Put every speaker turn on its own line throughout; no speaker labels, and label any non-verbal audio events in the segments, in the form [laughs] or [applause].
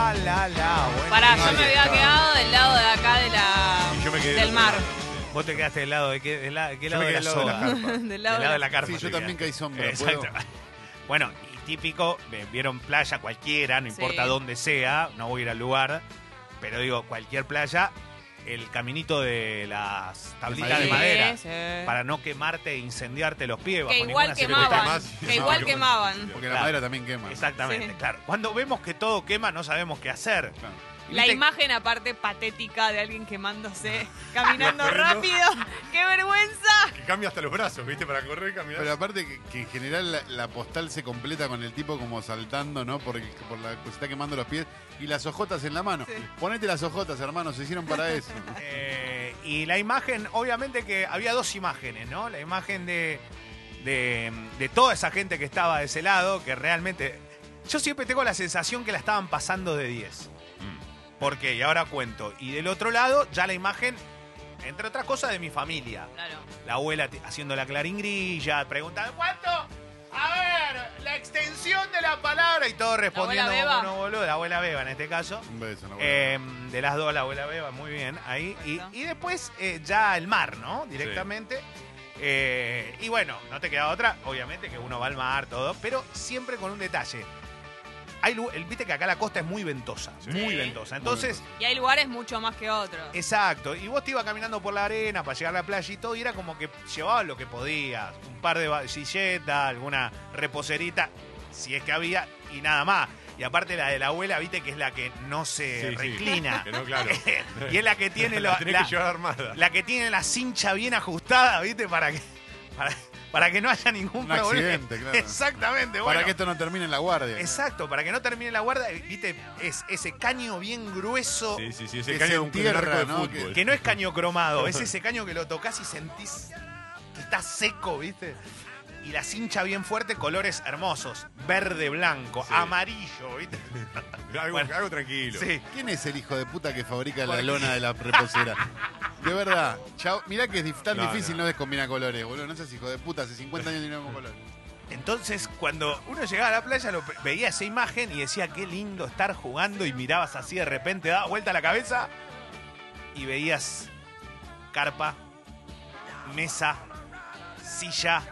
Ah, la, la, bueno.
Pará, yo
Ahí
me había
está.
quedado del lado de acá de la,
Y yo me quedé
del
del
mar.
otro
Vos te quedaste del lado de qué, del la- qué
Yo
lado,
me
de
quedé
la
al lado de la
soda?
carpa.
[laughs] del lado
Del
de
lado
la-
de la carpa.
Sí, yo
te
también
quedaste.
caí sombra,
Exacto. [laughs]
¿puedo?
Bueno, y típico, eh, vieron playa cualquiera, no
Sí.
importa dónde sea, no voy a ir al lugar, pero digo, cualquier playa, el caminito de las tablitas
madera.
de
Sí,
madera.
sí.
Para no quemarte e incendiarte los pies. bajo
Que igual
ninguna
quemaban.
circunstancia.
Más-
que igual
más-
quemaban.
Porque
Claro.
la madera también quema.
Exactamente,
Sí.
claro. Cuando vemos que todo quema, no sabemos qué hacer.
Claro.
La
¿Viste?
imagen aparte patética de alguien quemándose, [laughs] caminando
Corriendo.
rápido.
[laughs]
¡Qué vergüenza!
Que cambia hasta los brazos, ¿viste? Para correr, caminar.
Pero aparte que, que en general la, la postal se completa con el tipo como saltando, ¿no? Por, el- por la se está quemando los pies y las ojotas en la mano.
Sí.
Ponete las ojotas, hermano, se hicieron para eso.
Eh, y la imagen, obviamente que había dos imágenes, ¿no? La imagen de, de, de toda esa gente que estaba de ese lado, que realmente... Yo siempre tengo la sensación que la estaban pasando de 10. ¿Por qué? Y ahora cuento. Y del otro lado, ya la imagen, entre otras cosas, de mi familia.
Claro.
La abuela te- haciendo la claringrilla, preguntando, ¿cuánto? A ver, la extensión de la palabra. Y todo respondiendo
abuela
como
Beba?
uno boludo. La abuela Beba en este caso.
Un beso, no
Eh, de las dos, la abuela Beba, muy bien, ahí.
Perfecto.
Y, y después eh, ya el mar, ¿no? Directamente. Eh, y bueno, no te queda otra, obviamente que uno va al mar, todo, pero siempre con un detalle. Hay, lu- el, viste que acá la costa es muy ventosa, muy ventosa. Entonces,
Y hay lugares mucho más que otros.
exacto. Y vos te ibas caminando por la arena para llegar a la playa y todo, y era como que llevabas lo que podías. Un par de ba- silletas, alguna reposerita, si es que había, y nada más. Y aparte la de la abuela, viste que es la que no se
Sí, sí.
eh,
[laughs]
reclina.
Que no, claro.
[laughs] Y es la que tiene
[laughs] la
la,
tenés
la-
que llevar armada.
la que tiene la cincha bien ajustada, ¿viste? Para que, para, para que no haya ningún
Un
problema.
accidente,
[laughs]
claro.
Exactamente,
Para
bueno.
que esto no termine en la guardia.
Exacto, para que no termine la guarda, ¿viste? Es ese caño bien grueso.
Sí, sí, sí. Ese
Que
caño
se
es un- un arco
entierra,
de
¿no?
fútbol.
Que no es caño cromado,
[laughs]
es ese caño que lo tocas y sentís que está seco, ¿viste? Y la cincha bien fuerte, colores hermosos. Verde, blanco,
Sí.
amarillo, ¿viste?
Algo,
Bueno.
algo tranquilo.
Sí.
¿Quién es el hijo de puta que fabrica la lona de la reposera? De verdad, chao. Mirá que es dif- tan
No,
difícil
no.
no, descombinar colores, boludo. No seas hijo de puta, hace 50 años que no con colores.
Entonces, cuando uno llegaba a la playa, lo, veía esa imagen y decía, qué lindo estar jugando. Y mirabas así de repente, daba vuelta la cabeza y veías carpa, mesa, silla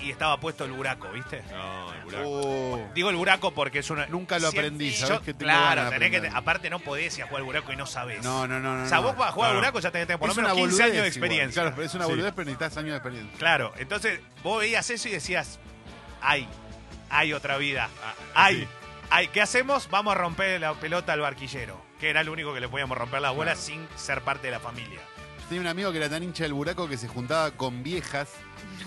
y estaba puesto el buraco, ¿viste?
No, el buraco.
Oh.
Digo el buraco porque es una.
Nunca lo
Siempre-
aprendí,
yo-
¿sabés? Que tengo
claro,
ganas de
tenés que.
aprender.
Aparte, no podés ir a jugar al buraco y no sabés.
No, no, no, no.
O sea,
no.
vos para jugar al
No, no.
buraco ya tenés que tener por lo
Es una
menos 15
boludez
años de
igual.
experiencia.
Claro, pero es una
Sí.
boludez, pero necesitas años de experiencia.
Claro, entonces vos veías eso y decías, hay, hay otra vida,
Ah,
hay,
sí.
hay, ¿qué hacemos? Vamos a romper la pelota al barquillero, que era el único que le podíamos romper la bola sin ser parte de la familia.
Tenía un amigo que era tan hincha del buraco que se juntaba con
[laughs]
viejas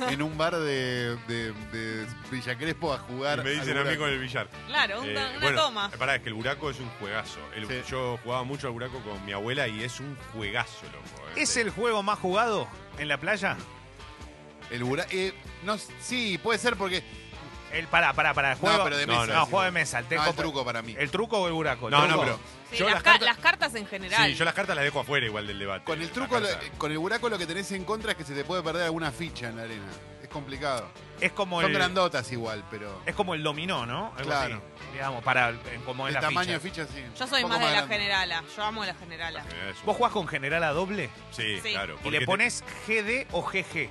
en un bar de, de, de Villa Crespo a jugar.
Y me
al
dicen a mí
buraco.
con el billar.
Claro, un-
Eh,
una
bueno,
toma.
Pará, es que el buraco es un juegazo. El-
Sí.
Yo jugaba mucho al buraco con mi abuela y es un juegazo, loco. eh.
¿Es el juego más jugado en la playa?
El buraco. no, sí, puede ser porque.
El, pará, pará, pará, el juego,
no, pero de
no,
mesa.
no,
decimos.
juego de mesa, el,
No,
teco-
el truco para mí.
¿El truco o el buraco? ¿El
No, no,
truco?
pero.
Sí,
yo
las,
las
ca-
cartas-
las cartas en general.
Sí, yo las cartas las dejo afuera igual del debate.
Con el
La
truco, lo-
carta.
con el buraco lo que tenés en contra es que se te puede perder alguna ficha en la arena. Es complicado.
Es como
Son
el...
grandotas igual, pero.
Es como el dominó, ¿no? Algo
Claro.
así, digamos, para en como es
El
la
tamaño
ficha.
de ficha, sí.
Yo
un
soy
poco
más de la
grande.
generala. Yo amo la generala.
Eh, es un-
¿Vos jugás con general a doble?
Sí,
Sí.
claro.
Y
porque
le
te-
pones GD o GG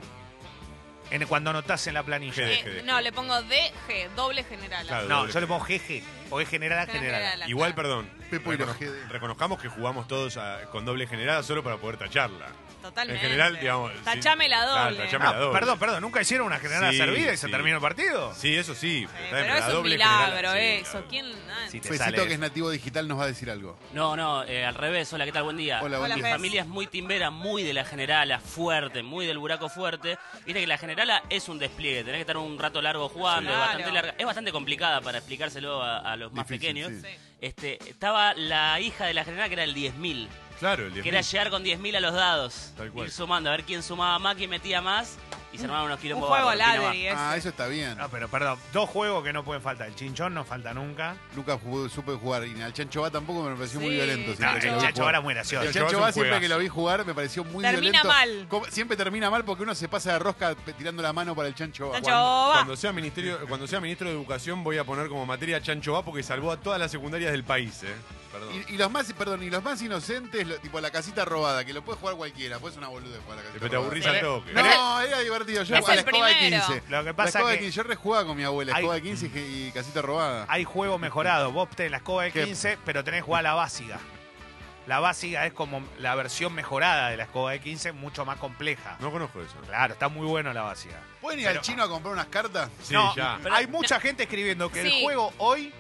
en, cuando anotás en la planilla.
GD.
Eh,
Deje, deje.
no, le pongo DG, doble generala.
Claro.
No,
Doble.
yo le pongo GG. O es general a general.
Generala.
Igual, perdón.
Pepo y los
recono-
GD.
Reconozcamos que jugamos todos a- con doble generada solo para poder tacharla.
Totalmente.
En general, digamos, sí.
Tachame la
Claro,
doble.
tachame
Ah,
la doble.
perdón, perdón. Nunca hicieron una general
Sí,
servida y se
sí.
terminó el partido.
Sí, eso sí.
Eh,
está bien,
pero
la
es un
doble
milagro
generala, sí,
eso.
claro.
¿Quién? Ah,
Si te sale
Fecito, que
eso.
es nativo digital, nos va a decir algo.
No, no, eh, al revés. Hola, ¿qué tal? Buen día.
Hola, buen
Hola,
día.
Mi
Fes.
familia es muy timbera, muy de la generala, fuerte, muy del buraco fuerte. Viste que la generala es un despliegue, tenés que estar un rato largo jugando,
Sí.
es bastante
Claro.
larga. Es bastante complicada para explicárselo a, a los más
Difícil,
pequeños.
sí.
Este, estaba la hija de la generala que era el 10.000,
Claro, el
que era
10.000.
llegar con 10.000 a los dados,
Tal cual.
ir sumando, a ver quién sumaba más, quién metía más. y se armaban unos
Un
quilombos.
juego
bárbaros,
ladri.
Ah,
ese.
eso está bien.
No, pero perdón, dos juegos que no pueden faltar. El chinchón no falta nunca.
Lucas jugó- supe jugar y al Chancho Va tampoco me pareció muy
Sí,
violento.
No,
No,
siempre
el
que lo vi
chacho
jugar.
ahora es muy gracioso.
El
Chancho
Chancho
Va
Va
es un
siempre
juegazo.
que lo vi jugar me pareció muy
Termina
violento.
mal.
Como- Siempre termina mal porque uno se pasa de rosca pe- tirando la mano para el Chancho Va.
Chancho
Cuando,
va.
cuando sea ministerio, cuando sea ministro de Educación voy a poner como materia Chancho Va porque salvó a todas las secundarias del país, eh. Perdón.
Y, y los más, perdón, y los más inocentes, lo- tipo la casita robada, que lo puede jugar cualquiera, pues es una boluda jugar a la casita
Pero te
robada.
aburrís
Pero-
al toque.
Pero-
No, era divertido. Yo
Es
a la
el
escoba de
primero.
15.
Lo que
La
pasa
escoba de
que
15, yo rejugaba con mi abuela,
Hay-
escoba de 15 y que- y casita robada.
hay juego mejorado. Vos tenés la escoba de
¿Qué?
15, pero tenés que jugar a la básica. La básica es como la versión mejorada de la escoba de 15, mucho más compleja.
No conozco eso.
Claro, está muy bueno la básica.
¿Pueden ir
Pero-
al chino a comprar unas cartas?
Sí,
No,
ya.
Pero-
hay mucha gente escribiendo que
Sí.
el juego hoy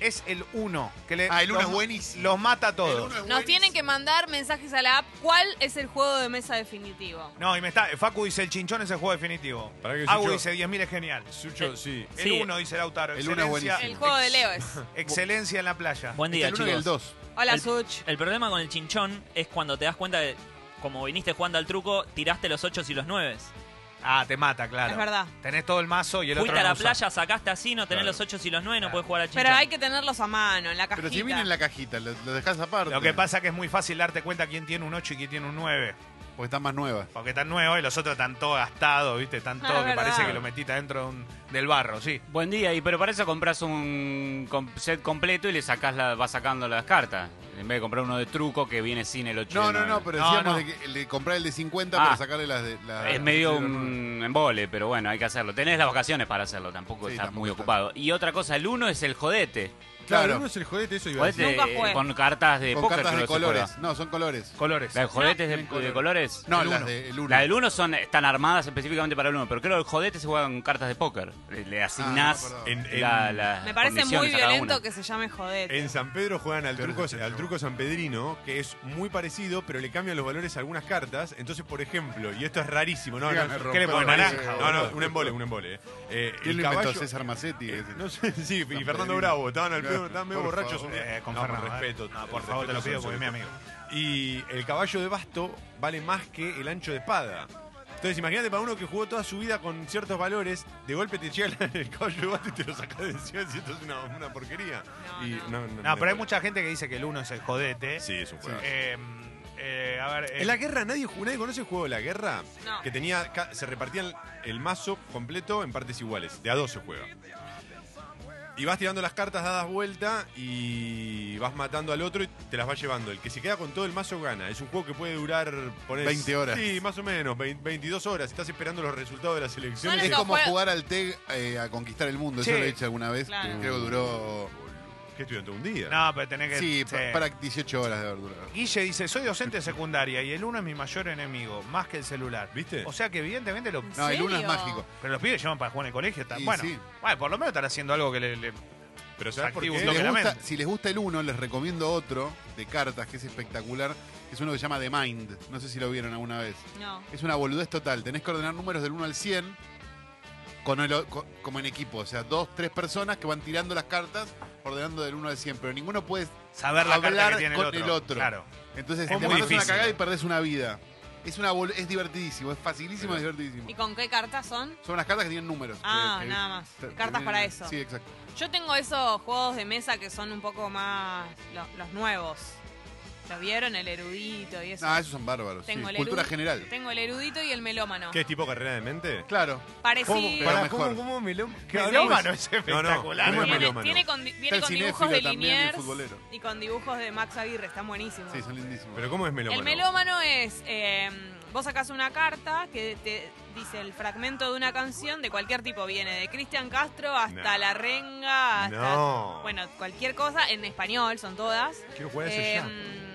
es el 1. Que le-
Ah, el uno
los-
es buenísimo.
Los mata a
El
todos.
uno es
Nos tienen que mandar mensajes a la app. ¿Cuál es el juego de mesa definitivo?
No, y me está. Facu dice el chinchón es el juego definitivo.
Pará que
Agu
Sucho-
dice 10.000 es genial.
Sucho, sí.
El
Sí.
1 dice Lautaro.
El uno es
excelencia-
buenísimo.
El juego de Leo es.
Excelencia en la playa.
Buen
Está
día,
el uno y el
chicos.
2.
Hola,
El-
Such.
El problema con el chinchón es cuando te das cuenta que, como viniste jugando al truco, tiraste los 8 y los 9.
Ah, te mata, claro.
Es verdad.
Tenés todo el mazo y el
Fuiste
otro
a
no
la
usa.
playa, sacaste así, no tenés
Claro.
los 8 y los 9, no
Claro.
podés jugar al chinchón.
Pero hay que tenerlos a mano, en la cajita.
Pero si viene en la cajita, lo, lo dejás aparte.
Lo que pasa es que es muy fácil darte cuenta quién tiene un 8 y quién tiene un 9.
Porque están más nuevas.
Porque están nuevos y los otros están todos gastados, ¿viste? Están
Ah,
todos que
verdad.
parece que lo metiste adentro de un- del barro, sí.
Buen día, y pero para eso compras un com- set completo y le sacás la, vas sacando las cartas. En vez de comprar uno de truco que viene sin el 8.
No, no, no, pero
No,
decíamos
no.
de, que, el de comprar el de 50
Ah.
para sacarle las de. las-
Es
las
medio
de cero, nueve.
un embole, pero bueno, hay que hacerlo. Tenés las vacaciones para hacerlo, tampoco
Sí,
estás
tampoco
muy
estás.
ocupado. Y otra cosa, el uno es el jodete.
Claro.
Claro, eh, uno es el jodete, eso iba a decir.
Jodete
Nunca jugué.
con cartas de
Con
póker
cartas
que
de
no se juega.
colores. No, son colores.
Colores.
¿Las jodetes de,
tienen
de
colores.
colores?
No,
El
las
uno.
del 1.
La del 1 son, están armadas específicamente para el 1, pero creo que el jodete se juega con cartas de póker. Le, le asignás
acordaba.
En- en-
la, las
Me parece muy
condiciones a cada
violento
una.
que se llame jodete.
En San Pedro juegan al
Peor
truco,
es el
al
Chancho.
truco sanpedrino, que es muy parecido, pero le cambian los valores a algunas cartas. Entonces, por ejemplo, y esto es rarísimo, no,
Dígame,
no,
¿Qué le
romper
ponen?
la
Naranja,
cabeza.
no, no, un embole, un embole. eh. Eh,
¿Quién
el
lo inventó?
caballo-
César Macetti.
eh,
ese.
no sé, [laughs] sí, y Fernando
Sanpedrino.
Bravo, estaban al pedo,
Claro,
estaban medio
por
borrachos.
favor.
un día.
Eh, con
No,
Fernando, eh.
respeto.
No,
el
por favor, te lo
respeto
pido
es
porque es mi amigo.
y el caballo de basto vale más que el ancho de espada. Entonces, imagínate para uno que jugó toda su vida con ciertos valores, de golpe te llega [laughs] el caballo de basto y te lo sacas de encima y decís, esto es una, una porquería.
No,
Y
no.
No, pero hay
no.
mucha gente que dice que el 1 es el jodete.
Sí, es un juego.
Eh, eh, a ver. eh,
En la guerra nadie, jugó- nadie conoce el juego de la guerra
No.
que tenía ca- se repartían el mazo completo en partes iguales, de a dos se juega. Y vas tirando las cartas dadas vuelta y vas matando al otro y te las vas llevando. El que se queda con todo el mazo gana. Es un juego que puede durar ponés,
20 horas.
Sí, más o menos, vein- 22 horas. Estás esperando los resultados de las elecciones.
Es
Esos
como
juegos-
jugar al TEG eh, a conquistar el mundo.
Sí.
Eso lo he hecho alguna vez.
Claro.
que Creo que duró.
¿Qué estudiante? ¿Un día?
No, pero tenés que.
Sí, pa- para 18 horas de verdura.
Guille dice, soy docente de secundaria y el 1 es mi mayor enemigo, más que el celular.
¿Viste?
O sea que evidentemente lo...
No, el 1 es
serio?
mágico.
Pero los pibes llevan para jugar en el colegio. está-
Y
bueno,
sí.
bueno, por lo menos están haciendo algo que le... le-
Pero ¿sabes por
Activo
qué?
un
Si
Lo que
les, gusta,
lamento.
si les gusta el 1, les recomiendo otro de cartas que es espectacular. que Es uno que se llama The Mind. No sé si lo vieron alguna vez.
No.
Es una boludez total. Tenés que ordenar números del 1 al 100 con el o- co- como en equipo. O sea, dos, tres personas que van tirando las cartas ordenando del 1 al 100. Pero ninguno puede.
saber la carta
Hablar
que tiene el
con
otro.
el otro.
Claro.
Entonces,
Es
te
muy
mandas una
difícil.
cagada y perdés una vida. Es, una bolu- es divertidísimo, es facilísimo, es divertidísimo.
¿Y con qué cartas son?
Son unas cartas que tienen números.
Ah,
que- que-
nada más.
te- te
Cartas
vienen-
para eso.
Sí, exacto.
Yo tengo esos juegos de mesa que son un poco más lo- los nuevos. ¿Lo vieron? El erudito y eso.
Ah, esos son bárbaros. sí.
Tengo el
Cultura
erudito-
general.
Tengo el erudito y el melómano.
¿Qué es tipo carrera de mente?
Claro.
¿Cómo,
Parecido.
Pero
pará,
mejor.
¿cómo, cómo meló- qué
Melómano
hablamos? Eh,
es
No, no, ¿cómo
espectacular.
es
Tiene,
melómano?
tiene con, di- viene
Está el
con dibujos
cinéfilo
de
también, el
Liniers
futbolero.
y con dibujos de Max Aguirre. Están buenísimos.
Sí, son lindísimos.
¿Pero cómo es melómano?
El melómano es, eh, vos sacás una carta que te dice el fragmento de una canción de cualquier tipo, viene de Cristian Castro hasta
No.
La Renga, hasta,
No.
bueno, cualquier cosa, en español son todas.
Quiero jugar a eso
Eh,
ya.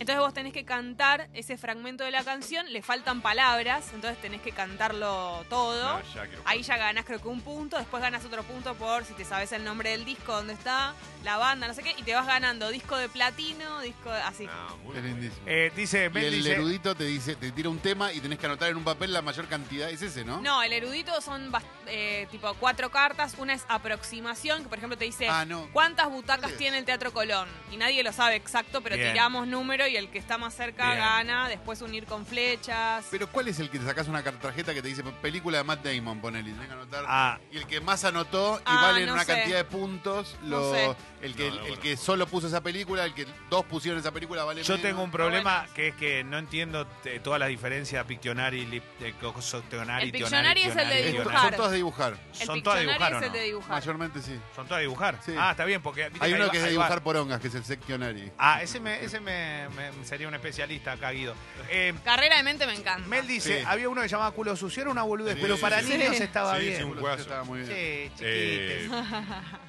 entonces vos tenés que cantar ese fragmento de la canción, le faltan palabras, entonces tenés que cantarlo todo.
No, ya quiero jugar.
Ahí ya ganás creo que un punto, después ganás otro punto por si te sabes el nombre del disco, dónde está, la banda, no sé qué, y te vas ganando disco de platino, disco de- así.
Ah.
No, muy
Es
bueno.
lindísimo.
Eh, dice,
y
Ben
el
dice,
erudito te dice, te tira un tema y tenés que anotar en un papel la mayor cantidad. Es ese, ¿no?
No, el erudito son bas- eh, tipo cuatro cartas. Una es aproximación, que por ejemplo te dice
Ah, no.
cuántas butacas
Sí.
tiene el Teatro Colón. Y nadie lo sabe exacto, pero
Bien.
tiramos número y y el que está más cerca
Bien.
gana, después unir con flechas.
Pero ¿cuál es el que te sacas una car- tarjeta que te dice película de Matt Damon, ponele, y tenés que anotar?
Ah.
Y el que más anotó y
Ah,
vale
no
una
sé.
cantidad de puntos,
No
lo-
sé.
el, que,
No, no,
el
bueno.
que solo puso esa película, el que dos pusieron esa película vale
Yo
menos.
tengo un problema que es que no entiendo eh, todas las diferencias Pictionary, lip- eh, Coctionary, Tionary,
El Pictionary es el de
Tionary,
Esto-
dibujar.
Tionary.
Son todas de dibujar,
el
Son todas de dibujar,
Pictionary
¿o
es el
no?
de dibujar.
mayormente sí.
Son todas de dibujar.
Sí.
Ah, está bien, porque. viste
Hay uno
va-
que es de
va-
dibujar porongas, que es el sectionary.
Ah, ese, me, ese me, me- sería un especialista acá, Guido. Eh,
Carrera de mente me encanta.
Mel dice,
Sí.
había uno que llamaba culo sucio, era una boludez,
Sí,
pero para
sí,
niños
sí.
estaba
Sí,
bien.
sí, un juegazo.
Estaba muy bien.
Sí, chiquites.
Eh, [laughs]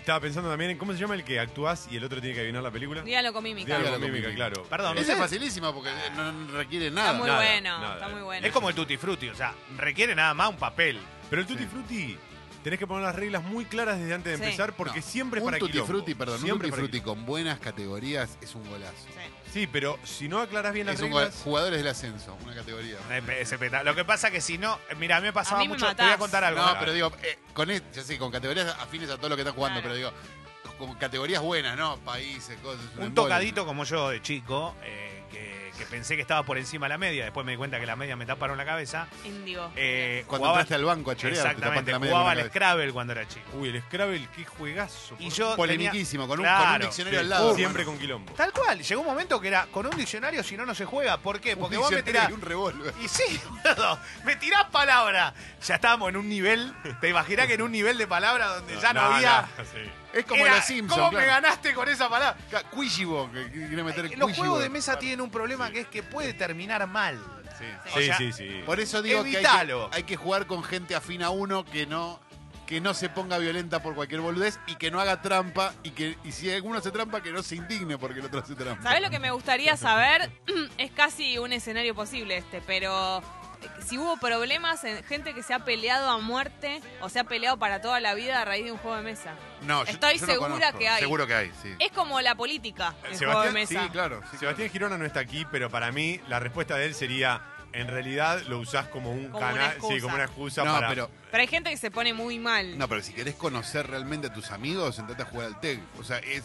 estaba pensando también en cómo se llama el que actúas y el otro tiene que adivinar la película.
Dígalo con mímica.
Diálogo
Diálogo
con mímica,
mímica.
claro. Eh,
Perdón,
Esa
¿ustedes?
es facilísima porque
Ah.
no requiere nada. eh.
Está muy
nada,
bueno,
nada.
está muy bueno.
es como el tutti frutti, o sea, requiere nada más un papel.
Pero el Tutti
Sí.
Frutti tenés que poner las reglas muy claras desde antes de
Sí.
empezar porque
No,
siempre es
un
para
tutti
quilombo.
frutti, perdón, un
Siempre
tutti
para
frutti con buenas categorías es un golazo.
Sí.
quilombo. Sí, pero si no aclarás bien las
Es un gol-
reglas...
jugadores del ascenso, una categoría.
Eh, pe- ese peta- Lo que pasa que si no, eh, mira, a mí me pasaba
A mí me
mucho. te
matás.
voy a contar algo.
No,
Ahora.
pero digo, eh, con e- ya sé, con categorías afines a todo lo que están jugando,
Claro.
pero digo, con categorías buenas, ¿no? Países, cosas. es
un
embole.
tocadito como yo de chico, eh, que, que pensé que estaba por encima de la media, después me di cuenta que la media me taparon la cabeza.
Índigo.
Eh,
Cuando
jugaba-
entraste al banco a chorear, te tapaste
Exactamente,
la media
jugaba
con la
al Scrabble cuando era chico.
Uy, el Scrabble, qué juegazo.
Y
por
yo tenía-
Polemiquísimo, con, un- con un,
Claro.
diccionario al lado.
Siempre
hermano.
con quilombo.
Tal cual, llegó un momento que era con un diccionario si no, no se juega. ¿Por qué?
Un
Porque vos me
diccionario
tirás.
y un revólver.
Y sí, [laughs] boludo, me tirás palabra. Ya estábamos en un nivel, te imaginás que en un nivel de palabra donde ya no, había.
no, sí.
Es como
Era,
los Simpsons.
¿Cómo me
claro.
ganaste con esa palabra?
Ca- Quillibog, que quiere meter
Eh, Los juegos
Quillibog.
de mesa tienen un problema que es que puede terminar mal.
Sí.
O
Sí,
sea,
sí, sí.
Por eso digo que hay, que
Evitalo.
hay que jugar con gente afín a uno que no que no se ponga violenta por cualquier boludez y que no haga trampa y que y si alguno hace trampa que no se indigne porque el otro hace trampa.
¿Sabés lo que me gustaría saber? [clears throat] es casi un escenario posible este, pero eh, si hubo problemas en gente que se ha peleado a muerte o se ha peleado para toda la vida a raíz de un juego de mesa.
No,
Estoy segura
conozco.
que hay.
Seguro que hay, sí.
Es como la política, el
Sebastián,
juego de mesa.
Sí, claro. sí,
Sebastián Girona no está aquí, pero para mí la respuesta de él sería: en realidad lo usás como un
Como una
canal, sí,
excusa.
como una excusa
No,
para.
pero,
Pero hay gente que se pone muy mal.
no, pero si querés conocer realmente a tus amigos, sentate a jugar al TEG. O sea, es.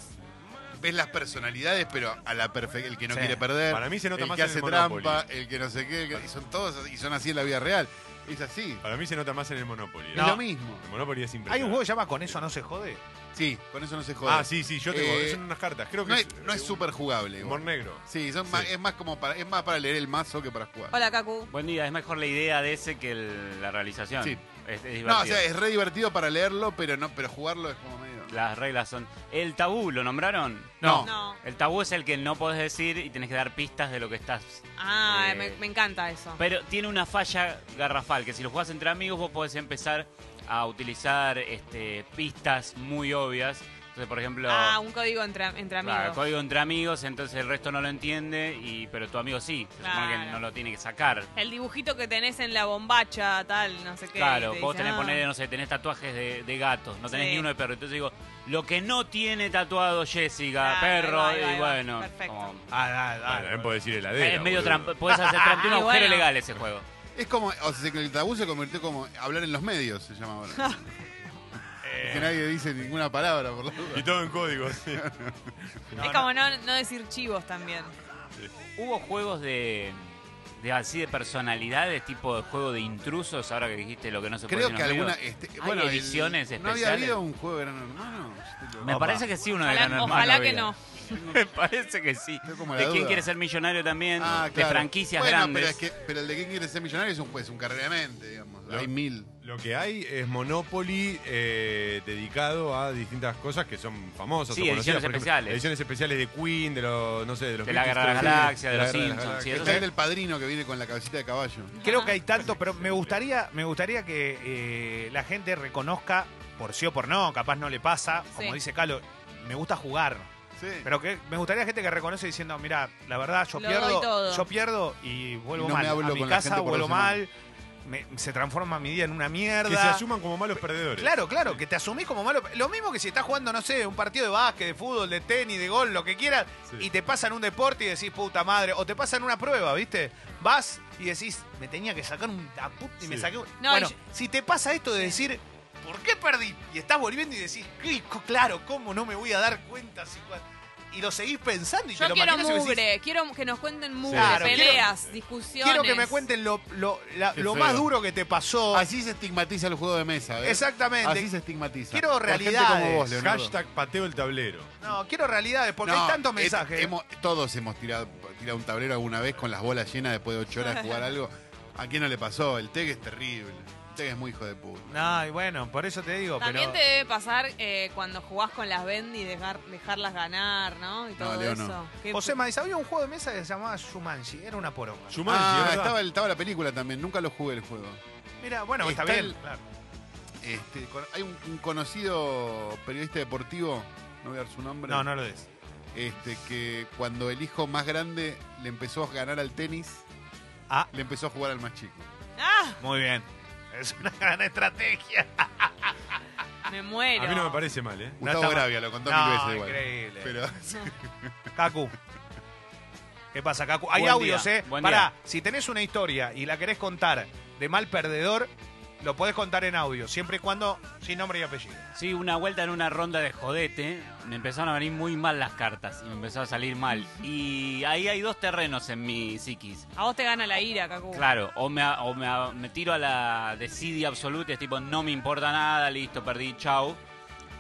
Ves las personalidades, pero a la perfecta. El que no
Sí.
quiere perder.
Para mí se nota
el
más
que
en el
hace
Monopoly.
trampa, el que no sé qué. el que- y son todos así, y son así en la vida real. Es así.
Para mí se nota más en el Monopoly.
Es
¿eh?
lo mismo.
El Monopoly es
Hay
impresionante.
un juego que se llama Con eso no se jode.
Sí, con eso no se jode.
Ah, sí, sí, yo tengo.
Eh,
son unas cartas. Creo que eh,
No es, no es súper jugable.
Humor
igual.
negro.
Sí, son
Sí.
Más, es más como para, es más para leer el mazo que para jugar.
Hola, Kaku.
Buen día, es mejor la idea de ese que el- la realización.
Sí.
Es, es
No, o
divertido.
sea, es re divertido para leerlo, pero no, pero jugarlo es como medio.
Las reglas son. ¿El tabú lo nombraron?
No.
No.
El tabú es el que no podés decir y tenés que dar pistas de lo que estás.
Ah,
Eh,
me, me encanta eso.
Pero tiene una falla garrafal, que si lo jugás entre amigos vos podés empezar a utilizar este, pistas muy obvias. Entonces, por ejemplo,
Ah, un código entre, entre amigos.
claro, código entre amigos, entonces el resto no lo entiende, y pero tu amigo sí. Se supone que
Claro.
no lo tiene que sacar.
El dibujito que tenés en la bombacha, tal, no sé qué. y
Claro,
te
vos
dice,
tenés,
ah.
ponele, no sé, tenés tatuajes de, de gatos, no tenés
Sí.
ni uno de perro. Entonces digo, lo que no tiene tatuado Jessica,
Claro,
perro,
ahí va, ahí
y
va,
bueno.
perfecto.
como-
Ah, ah, ah.
Bueno, también podés decir heladera.
es medio
boludo.
trampa,
[laughs]
puedes hacer trampa, un
Y
agujero
bueno.
legal ese juego.
Es como, o sea, que el tabú se convirtió como hablar en los medios, se llama
[laughs]
ahora. que nadie dice ninguna palabra, por la duda.
Y todo en código. [laughs] sí.
es como no, no decir chivos también.
Hubo juegos de, de así de personalidades, tipo de juego de intrusos, ahora que dijiste lo que no se puede
Creo
decir
que
en los
alguna.
medios.
este,
¿Hay
bueno, el-
ediciones
¿No había
especiales?
habido un juego de Gran Hermano? Yo estoy loco.
Me parece que sí uno de
Ojalá,
Gran Hermano
ojalá que
había.
no.
[laughs] Me parece que sí.
Estoy como la
De quién
duda.
quiere ser millonario también,
Ah, claro.
de franquicias
Bueno,
grandes.
Pero, es que, pero el de quién quiere ser millonario es un, pues, un carrera de mente, digamos.
Lo-
Hay mil.
Lo que hay es Monopoly eh, dedicado a distintas cosas que son famosas.
Sí,
o conocidas,
ediciones
por ejemplo,
especiales.
Ediciones especiales de Queen, de los, no sé, de los...
De la
Beatles,
Guerra de las
creo que sí.
Galaxias, de
la
los
Guerra las
Simpsons, sí,
Galaxias.
eso
Está el del padrino que viene con la cabecita de caballo.
Creo que hay tantos, pero me gustaría, me gustaría que eh, la gente reconozca, por sí o por no, capaz no le pasa, como
Sí.
dice Calo, me gusta jugar.
Sí.
Pero que me gustaría gente que reconoce diciendo, mira, la verdad, yo
Lo doy
pierdo,
todo".
yo pierdo y vuelvo
Y no me
mal. A
hablo
mi
con la gente
casa
por
vuelvo
dos
mal, me- se transforma mi día en una mierda.
Que se asuman como malos perdedores.
Claro, claro, que te asumís como malo. Lo mismo que si estás jugando, no sé, un partido de básquet, de fútbol, de tenis, de gol, lo que quieras,
Sí.
y te pasan un deporte y decís, puta madre, o te pasan una prueba, ¿viste? Vas y decís, me tenía que sacar un la puta y me
Sí.
saqué un...
No,
bueno,
y yo-
si te pasa esto de decir, ¿por qué perdí? Y estás volviendo y decís, "Qué co- claro, ¿cómo no me voy a dar cuenta? si cua-". y lo seguís pensando y
Yo
te lo
quiero
imaginas y decís,
mugre, quiero que nos cuenten mugre,
Claro, quiero-
peleas, discusiones.
Quiero que me cuenten lo, lo- la-
Qué
lo
feo.
más duro que te pasó.
Así se estigmatiza el juego de mesa. ¿ves?
Exactamente.
Así se estigmatiza.
Quiero
Por gente
realidades.
como vos, Leonardo.
Hashtag pateo el tablero.
No, quiero realidades, porque
No,
hay tantos
eh,
mensajes.
hemos- todos hemos tirado, tirado un tablero alguna vez con las bolas llenas después de ocho horas de jugar algo. ¿A quién no le pasó? El TEG es terrible. El TEG es muy hijo de puta.
No, y bueno, por eso te digo,
También
pero.
te debe pasar eh, cuando jugás con las Bendy, dejar, dejarlas ganar, ¿no? Y todo
Leo, no.
eso. Qué-
José Maiz, había un juego de mesa que se llamaba Shumanji, era una poronga.
Shumanji,
Ah,
¿verdad?
estaba, el- estaba la película también. Nunca lo jugué el juego.
Mira, bueno, está,
Está
bien.
el-
claro.
Este, con- hay un, un conocido periodista deportivo, no voy a dar su nombre,
No, no lo des.
este, que cuando el hijo más grande le empezó a ganar al tenis,
Ah.
le empezó a jugar al más chico.
¡Ah!
Muy bien. Es una [laughs] gran estrategia.
Me muero.
A mí no me parece mal, ¿eh?
No
Gustavo
está mal.
Gravia lo contó mil
No,
veces igual.
increíble.
Pero
Cacu. ¿Qué pasa, Cacu? Hay
Buen
audios,
día,
¿eh?
buen
Pará,
día.
si tenés una historia y la querés contar de mal perdedor, lo podés contar en audio, siempre y cuando sin nombre y apellido.
Sí, una vuelta en una ronda de jodete, me empezaron a venir muy mal las cartas y me empezó a salir mal. Y ahí hay dos terrenos en mi psiquis.
A vos te gana la ira, Cacu.
Claro, o me, o me, me tiro a la desidia absoluta, es tipo, no me importa nada, listo, perdí, chau.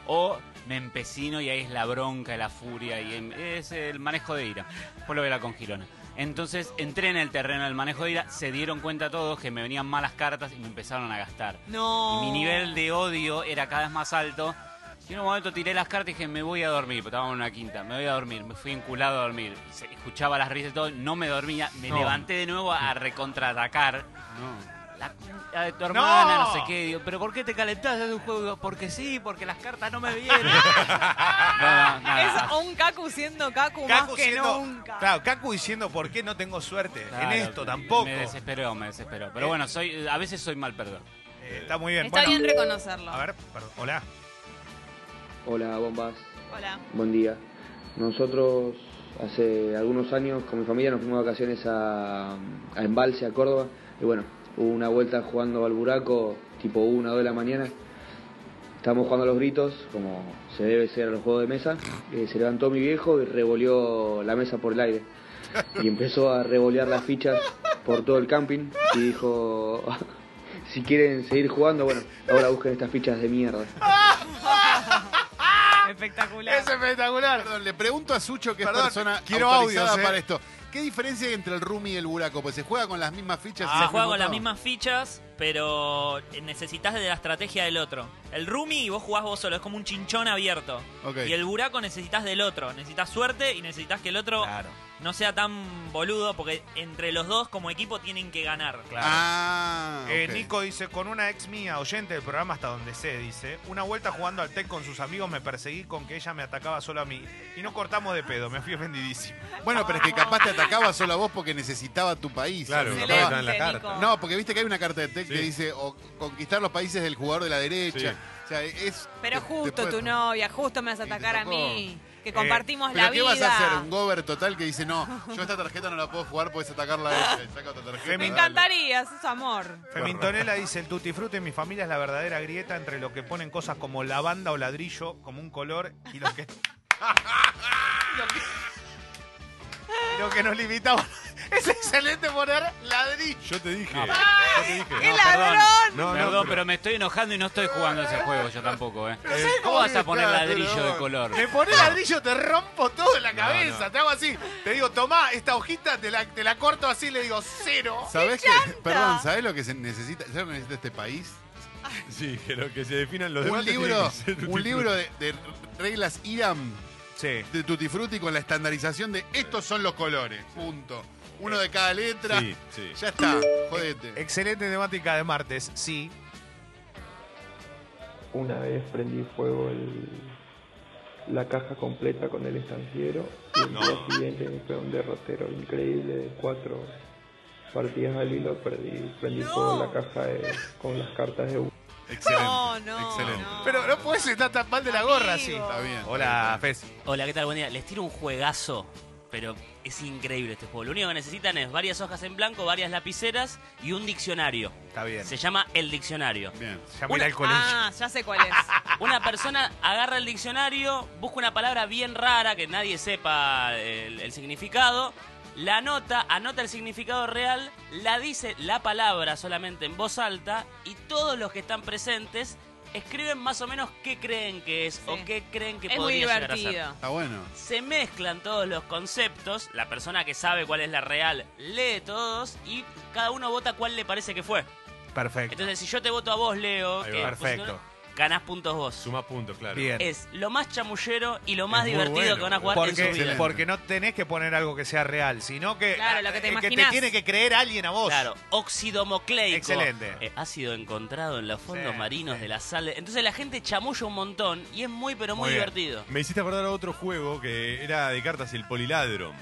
O me empecino y ahí es la bronca, la furia, y em- es el manejo de ira. Después lo verá con Girona. Entonces entré en el terreno del manejo de ira, se dieron cuenta todos que me venían malas cartas y me empezaron a gastar.
No.
Y mi nivel de odio era cada vez más alto. Y en un momento tiré las cartas y dije, me voy a dormir, porque estábamos en una quinta, me voy a dormir, me fui enculado a dormir. Se- escuchaba las risas y todo, no me dormía, me
No.
levanté de nuevo a recontraatacar.
no.
La puta de tu hermana,
No.
no, sé qué. Digo, pero ¿por qué te calentás de un juego? Porque sí, porque las cartas no me vienen. No, no, nada.
Ah, Es un Cacu siendo Cacu, más
Cacu
que
siendo-
nunca.
Claro, Cacu diciendo por qué no tengo suerte
Claro,
en esto tampoco.
Me desesperó, me desesperó. Pero bueno, soy, a veces soy mal perdón.
Eh, está muy bien.
Está
Bueno,
bien reconocerlo.
A ver, perdón, hola.
Hola, bombas.
Hola.
Buen día. Nosotros hace algunos años con mi familia nos fuimos de vacaciones a, a Embalse, a Córdoba. Y bueno, hubo una vuelta jugando al buraco, tipo 1 o 2 de la mañana. Estábamos jugando a los gritos, como se debe ser a los juegos de mesa. Eh, se levantó mi viejo y revoleó la mesa por el aire. Y empezó a revolear las fichas por todo el camping. Y dijo, [laughs] si quieren seguir jugando, bueno, ahora busquen estas fichas de mierda.
Espectacular.
espectacular.
Perdón, le pregunto a Sucho, que
Perdón,
es persona
quiero
autorizada
audios, eh.
para esto. ¿Qué diferencia hay entre el roomie y el buraco? Pues se juega con las mismas fichas. y
se
el
juega
mismo
Ah, con las
todo.
mismas fichas, pero necesitas de la estrategia del otro. El Rumi vos jugás vos solo, es como un chinchón abierto.
Ok.
Y el buraco necesitas del otro, necesitas suerte y necesitas que el otro
Claro.
no sea tan boludo, porque entre los dos como equipo tienen que ganar.
Ah,
Eh,
ok.
Nico dice, con una ex mía, oyente del programa hasta donde sé, dice, una vuelta jugando al TEC con sus amigos me perseguí con que ella me atacaba solo a mí. Y no cortamos de pedo, me fui [laughs] ofendidísimo.
Bueno, pero es que capaz te atacaba solo a vos porque necesitaba tu país.
Claro,
No,
capaz
Excelente,
está en la carta.
Nico.
No, porque viste que hay una carta de TEC que
Sí.
dice o conquistar los países del jugador de la derecha.
Sí.
O sea, es.
Pero
de-
justo
después-
tu novia, justo me vas a
Y te
atacar a
tocó.
mí. Que compartimos
¿Pero
la
qué
vida.
vas a hacer? ¿Un gober total que dice no, yo esta tarjeta no la puedo jugar, puedes atacarla a ella? y Saca otra tarjeta.
Me
Me
dale.
encantaría, eso es amor.
Femintonela dice, el tutti frutti en mi familia es la verdadera grieta entre los que ponen cosas como lavanda o ladrillo, como un color, y los que... [laughs] Lo que- lo que nos limitamos. Es excelente poner ladrillo.
Yo te dije.
Ah.
Yo te dije.
¡Qué
No,
ladrón!
perdón.
No, no,
Perdón,
pero-
pero... me estoy enojando y no estoy jugando ese juego yo tampoco, ¿eh?
¿sabes
¿Cómo
cómo
vas a
está,
poner ladrillo de
perdón?
color?
Me pones ladrillo, te rompo todo en la
No,
cabeza.
no.
Te hago así. Te digo, tomá esta hojita, te la, te la corto así, le digo, cero.
¿Sabés que, perdón, ¿sabés lo que se necesita? ¿Sabés lo que necesita este país?
Sí, que lo que se definan los
Un
debates tiene
libro,
que ser tutti
un libro
frutti.
de, de reglas IRAM
Sí.
de Tutti Frutti con la estandarización de estos son los colores. Punto. Uno de cada letra.
Sí, sí.
Ya está,
Eh,
jodete.
Excelente temática de martes, sí.
Una vez prendí fuego el- la caja completa con el estanciero y el
No.
día siguiente fue un derrotero increíble de cuatro partidas al hilo. Perdí, prendí fuego la caja de- con las cartas de
Excelente.
No, no,
Excelente.
no.
Pero no puedes estar tan mal de la gorra así.
Amigo.
Está bien.
Hola, Fez.
Hola, ¿qué tal? Buen día. Les tiro un juegazo pero es increíble este juego. Lo único que necesitan es varias hojas en blanco, varias lapiceras y un diccionario.
Está bien.
Se llama El Diccionario. Ah,
Bien.
Ya me iré al colegio.
Ah, ya sé cuál es.
Una persona agarra el diccionario, busca una palabra bien rara que nadie sepa el, el significado, la anota, anota el significado real, la dice la palabra solamente en voz alta y todos los que están presentes escriben más o menos qué creen que es o qué creen que
es muy
podría llegar a ser
divertido.
Está bueno.
se mezclan todos los conceptos, la persona que sabe cuál es la real lee todos y cada uno vota cuál le parece que fue.
Perfecto.
Entonces, si yo te voto a vos, Leo,
Ahí
que
va.
Perfecto.
ganás puntos vos.
Suma puntos, claro.
Bien.
Es lo más chamullero y lo más
muy
divertido
bueno,
que van a jugar en su vida.
Porque,
Excelente.
porque no tenés que poner algo que sea real, sino que,
Claro, lo que te
eh,
imaginás.
tiene que creer alguien a vos.
Claro, óxido mocleico.
Excelente.
Eh, ha sido encontrado en los fondos
Sí,
marinos
sí.
de la sal. Entonces la gente chamulla un montón y es muy, pero muy,
Muy bien.
divertido.
Me hiciste acordar a otro juego que era de cartas, el Poliladron.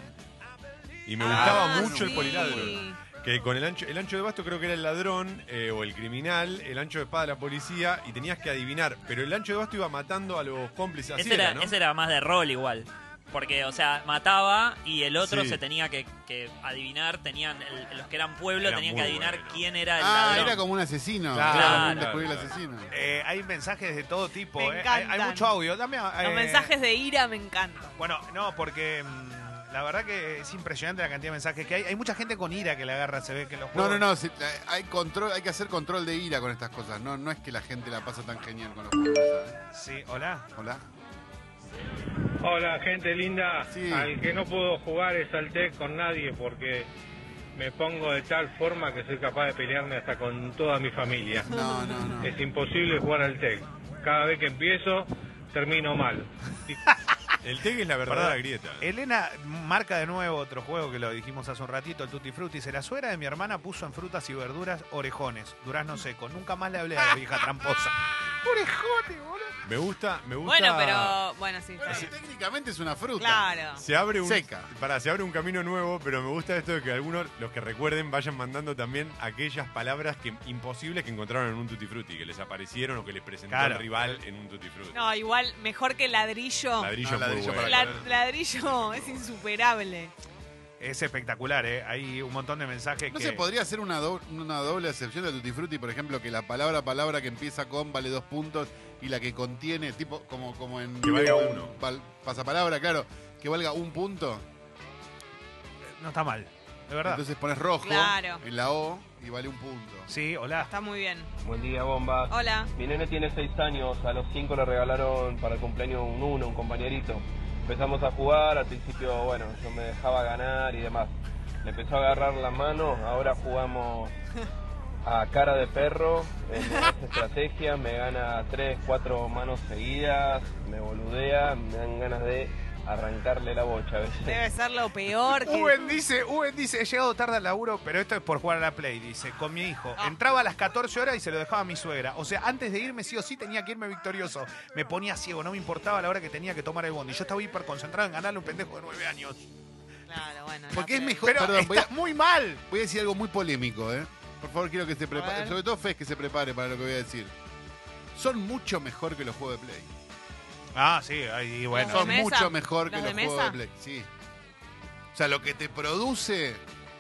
Y me
Ah,
gustaba mucho el
sí.
Poliladron. Que con el ancho, el ancho de basto creo que era el ladrón eh, o el criminal, el ancho de espada la policía y tenías que adivinar. Pero el ancho de basto iba matando a los cómplices. Así
Ese era,
era, ¿no?
ese era más de rol igual. Porque, o sea, mataba y el otro
Sí.
se tenía que, que adivinar, tenían el- los que eran pueblo
Era
tenían
muy
que adivinar
bueno.
quién era el
Ah,
ladrón.
era como un asesino.
Claro,
Era como un
claro,
descubrir
claro.
el asesino.
Eh, hay mensajes de todo tipo.
Me
eh. Hay, hay
encantan.
mucho audio. Dame, eh,
Los mensajes de ira me encantan.
Bueno, no, porque mm, la verdad que es impresionante la cantidad de mensajes que hay. Hay mucha gente con ira que le agarra, se ve que los
No,
juegos-
no, no. si- eh, hay control, hay que hacer control de ira con estas cosas. No, no es que la gente la pasa tan genial con los juegos. ¿sabes?
Sí, hola.
Hola.
Hola gente linda,
Sí.
al que no puedo jugar es al TEC con nadie porque me pongo de tal forma que soy capaz de pelearme hasta con toda mi familia.
No, no, no.
[laughs] Es imposible jugar al TEC. Cada vez que empiezo termino mal.
El TEG es la verdadera grieta.
Elena marca de nuevo otro juego que lo dijimos hace un ratito, el Tutti Frutti. Dice, la suegra de mi hermana puso en frutas y verduras orejones, durazno seco. Nunca más le hablé a la vieja tramposa. Orejones, boludo.
Me gusta, me gusta.
Bueno, pero. Bueno, sí. está
Bueno, si
bien.
técnicamente es una fruta.
Claro.
Se abre un,
Seca.
Pará, se abre un camino nuevo, pero me gusta esto de que algunos, los que recuerden, vayan mandando también aquellas palabras que, imposibles que encontraron en un Tutti Frutti, que les aparecieron o que les presentó
Claro.
el rival en un Tutti Frutti.
No, igual, mejor que ladrillo.
Ladrillo,
No,
muy
ladrillo
bueno.
La- ladrillo es insuperable.
Es espectacular, ¿eh? Hay un montón de mensajes
¿No
que...
se podría hacer una, do- una doble excepción de Tutti Frutti? Por ejemplo, que la palabra a palabra que empieza con vale dos puntos y la que contiene, tipo como, como en.
Que valga
en
uno.
pal- pasapalabra, claro. Que valga un punto.
No está mal, de verdad.
Entonces pones rojo
Claro.
en la O y vale un punto.
Sí, hola.
Está muy bien.
Buen día
Ah,
bomba.
Hola.
Mi nene tiene 6 años, a los 5 le regalaron para el cumpleaños un uno, un compañerito. Empezamos a jugar, al principio, bueno, yo me dejaba ganar y demás. Le empezó a agarrar la mano, ahora jugamos a cara de perro, en esa estrategia, me gana 3, 4 manos seguidas, me boludea, me dan ganas de arrancarle la bocha a veces.
Debe ser lo peor
Uh,
que.
Uben dice, Uben dice, he llegado tarde al laburo, pero esto es por jugar a la Play, dice, con mi hijo.
Ah.
Entraba a las 14 horas y se lo dejaba a mi suegra. O sea, antes de irme sí o sí tenía que irme victorioso. Me ponía ciego, no me importaba la hora que tenía que tomar el bondi. Yo estaba hiper concentrado en ganarle a un pendejo de 9 años.
Claro, bueno. la
Porque es
play.
mejor.
Pero
perdón, voy a,
estás muy mal.
voy a decir algo muy polémico, ¿eh? Por favor, quiero que se prepare.
ver.
Sobre todo Fez que se prepare para lo que voy a decir. Son mucho mejor que los juegos de Play.
Ah, sí, y
bueno.
Son
de mesa?
mucho mejor que
¿Los
los
de
juegos de
mesa?
Play. Sí. O sea, lo que te produce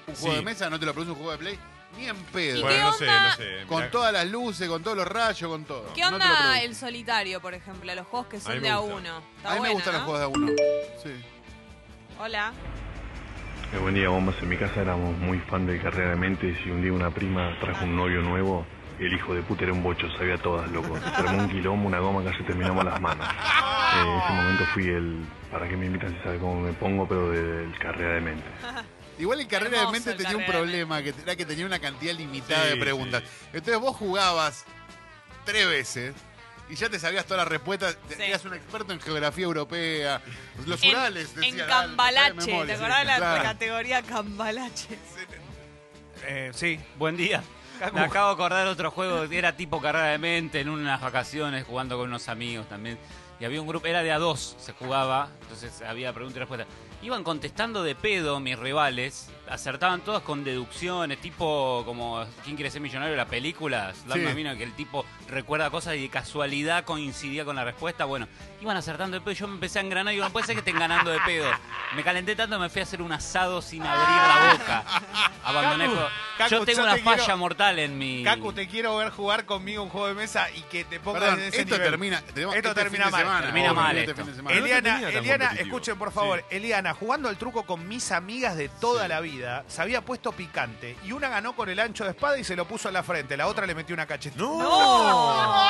un juego
Sí.
de mesa no te lo produce un juego de Play ni en pedo.
Bueno, no
qué
sé,
onda?
no sé.
Con
Mirá,
todas las luces, con todos los rayos, con todo.
¿Qué
No te lo
onda
produce.
el solitario, por ejemplo? Los juegos que
A mí
son
me
de a
gusta.
uno. Está
A mí me
bueno,
gustan
¿no?
los juegos de a uno. Sí.
Hola.
Eh, buen día, bombas. En mi casa éramos muy fan del Carrera de Mentes y un día una prima trajo un novio nuevo. El hijo de puta era un bocho, sabía todas, loco. Se armó un quilombo, una goma, casi terminamos las manos. Eh, en ese momento fui el... ¿Para qué me invitan si sabe cómo me pongo? Pero de- del Carrera de Mentes.
Igual en carrera
Hermoso
de mente
el
tenía un
Carrera de
problema, que era que tenía una cantidad limitada
Sí,
de preguntas. Entonces vos jugabas tres veces y ya te sabías todas las respuestas. Te-
Sí.
Eras un experto en geografía europea, los
En-
Urales.
en,
decía, dale, dale
Cambalache.
memoria,
¿Te
sí,
acordás de la
claro.
categoría Cambalache?
Eh, sí.
Buen día. Me acabo de acordar otro juego que era tipo carrera de mente en unas vacaciones jugando con unos amigos también. y había un grupo, era de a dos, se jugaba, entonces había pregunta y respuesta. Iban contestando de pedo mis rivales, acertaban todas con deducciones, tipo como ¿Quién quiere ser millonario? La película, da
Sí.
una mina que el tipo recuerda cosas y de casualidad coincidía con la respuesta. Bueno, iban acertando de pedo, yo me empecé a engranar y digo, no puede ser que estén ganando de pedo. Me calenté tanto que me fui a hacer un asado sin abrir la boca. Abandoné. el
Cacu,
juego.
Cacu,
yo tengo
yo
una
te
falla
quiero-
mortal en mi...
Cacu, te quiero ver jugar conmigo un juego de mesa y que te pongas
Perdón,
en ese
esto
nivel.
termina- tenemos
esto
este fin
termina
de
mal.
semana.
Termina
Obvio,
mal
este
esto.
fin de semana.
No
Eliana,
tenía tan
Eliana,
competitivo.
escuchen por favor, Eliana, jugando al truco con mis amigas de toda la vida, se había puesto picante y una ganó con el ancho de espada y se lo puso en la frente, la otra le metió una cachetada.
No.
¡No!